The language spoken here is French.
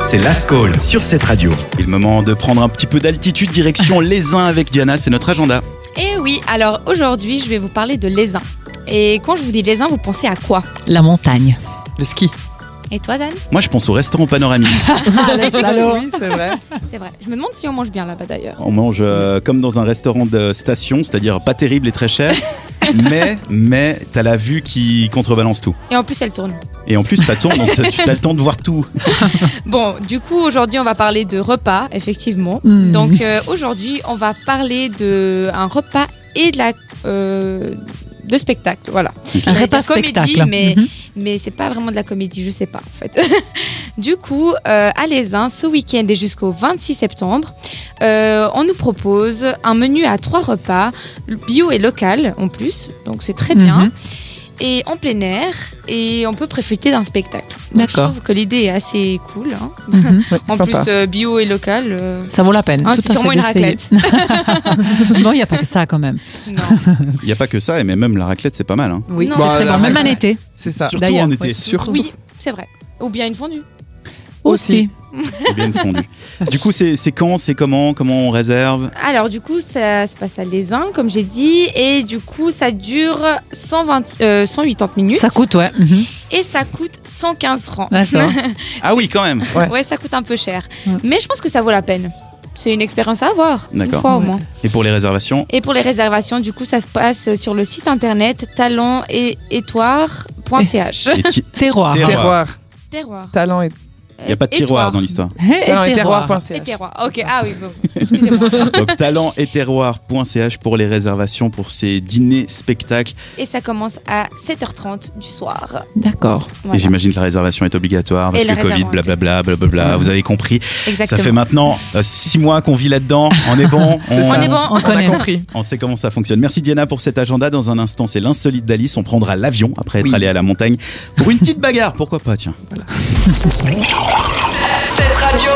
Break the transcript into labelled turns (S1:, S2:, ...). S1: c'est Last Call sur cette radio. Et le moment de prendre un petit peu d'altitude, direction les uns avec Diana, c'est notre agenda.
S2: Et Eh oui, alors aujourd'hui, je vais vous parler de l'aisin. Et quand je vous dis l'aisin, vous pensez à quoi
S3: La montagne.
S4: Le ski.
S2: Et toi, Dan
S1: Moi, je pense au restaurant panoramique.
S4: oui, c'est vrai.
S2: Ah, bah, C'est vrai. Je me demande si on mange bien là-bas d'ailleurs.
S1: On mange euh, comme dans un restaurant de station, c'est-à-dire pas terrible et très cher. mais, mais, t'as la vue qui contrebalance tout.
S2: Et en plus, elle tourne.
S1: Et en plus, t'as tourné, donc t'as- tu as le temps de voir tout.
S2: Bon, du coup, aujourd'hui, on va parler de repas, effectivement.
S3: Mhm.
S2: Donc, euh, aujourd'hui, on va parler de un repas et de la. euh, de spectacle, voilà.
S3: Un
S2: J'allais
S3: repas
S2: dire comédie,
S3: spectacle.
S2: mais-
S3: Mhm.
S2: Mais c'est pas vraiment de la comédie, je sais pas, en fait. du coup, euh, à l'Aisin, ce week-end et jusqu'au 26 septembre, euh, on nous propose un menu à trois repas, bio et local en plus, donc c'est très bien.
S3: Mhm.
S2: Et en plein air, et on peut profiter d'un spectacle. Donc, Je
S3: D'accord.
S2: trouve que l'idée est assez cool. hein.
S3: Mhm.
S4: Ouais,
S2: En
S4: sympa.
S2: plus, euh, bio et local, euh,
S3: Ça vaut la peine.
S2: hein,
S3: tout
S2: c'est
S3: à
S2: sûrement
S3: fait,
S2: une
S3: d'essayer.
S2: raclette.
S3: non, il n'y a pas que ça quand même.
S2: Non.
S1: Il n'y a pas que ça, et mais même la raclette, c'est pas mal. hein.
S3: Oui,
S2: Non.
S3: c'est
S2: Bah,
S3: très
S4: la
S3: bon. Même en
S4: raclette.
S3: été
S4: c'est ça.
S1: Surtout
S3: D'ailleurs,
S1: en
S4: Ouais,
S1: été.
S4: surtout.
S2: Oui, c'est vrai. Ou bien une fondue.
S3: aussi.
S1: C'est bien fondu. Du coup, c'est c'est quand, c'est comment, comment on réserve
S2: Alors du coup, ça se passe à Lézin, comme j'ai dit, et du coup, ça dure 120, euh, 180 minutes.
S3: Ça coûte, ouais. Mhm.
S2: Et ça coûte 115 francs.
S3: D'accord.
S1: Ah oui, quand même.
S4: Ouais.
S2: Ouais, ça coûte un peu cher.
S3: Ouais.
S2: Mais je pense que ça vaut la peine. C'est une expérience à avoir, une
S1: D'accord.
S2: fois au
S3: Ouais.
S2: moins.
S1: Et pour les réservations
S2: Et pour les réservations, du coup, ça se passe sur le site internet talontetoire.ch.
S1: et ti-
S3: Terroir.
S1: Terroir.
S4: Terroir.
S2: Terroir.
S4: Talent et
S1: Il n'y a pas de tiroir dans l'histoire.
S3: Et
S4: talent et
S3: terroir.
S2: Et
S4: terroir.ch.
S2: terroir. Ok, ah oui, bon. excusez-moi.
S1: Donc talent et terroir.ch pour les réservations pour ces dîners spectacles.
S2: Et ça commence à 7h30 du soir.
S3: D'accord.
S2: Voilà.
S1: Et j'imagine que la réservation est obligatoire parce
S2: Et
S1: que
S2: la
S1: Covid,
S2: réservation.
S1: blablabla, blablabla. Vous avez compris.
S2: Exactement.
S1: Ça fait maintenant euh, six mois qu'on vit là-dedans. On est bon.
S4: C'est ça.
S2: On est bon.
S3: On
S4: On a
S3: connaît.
S4: compris.
S1: On sait comment ça fonctionne. Merci Diana pour cet agenda. Dans un instant, c'est l'insolite d'Alice. On prendra l'avion après être
S4: Oui.
S1: allé à la montagne pour une petite bagarre. Pourquoi pas, tiens.
S5: Cette radio.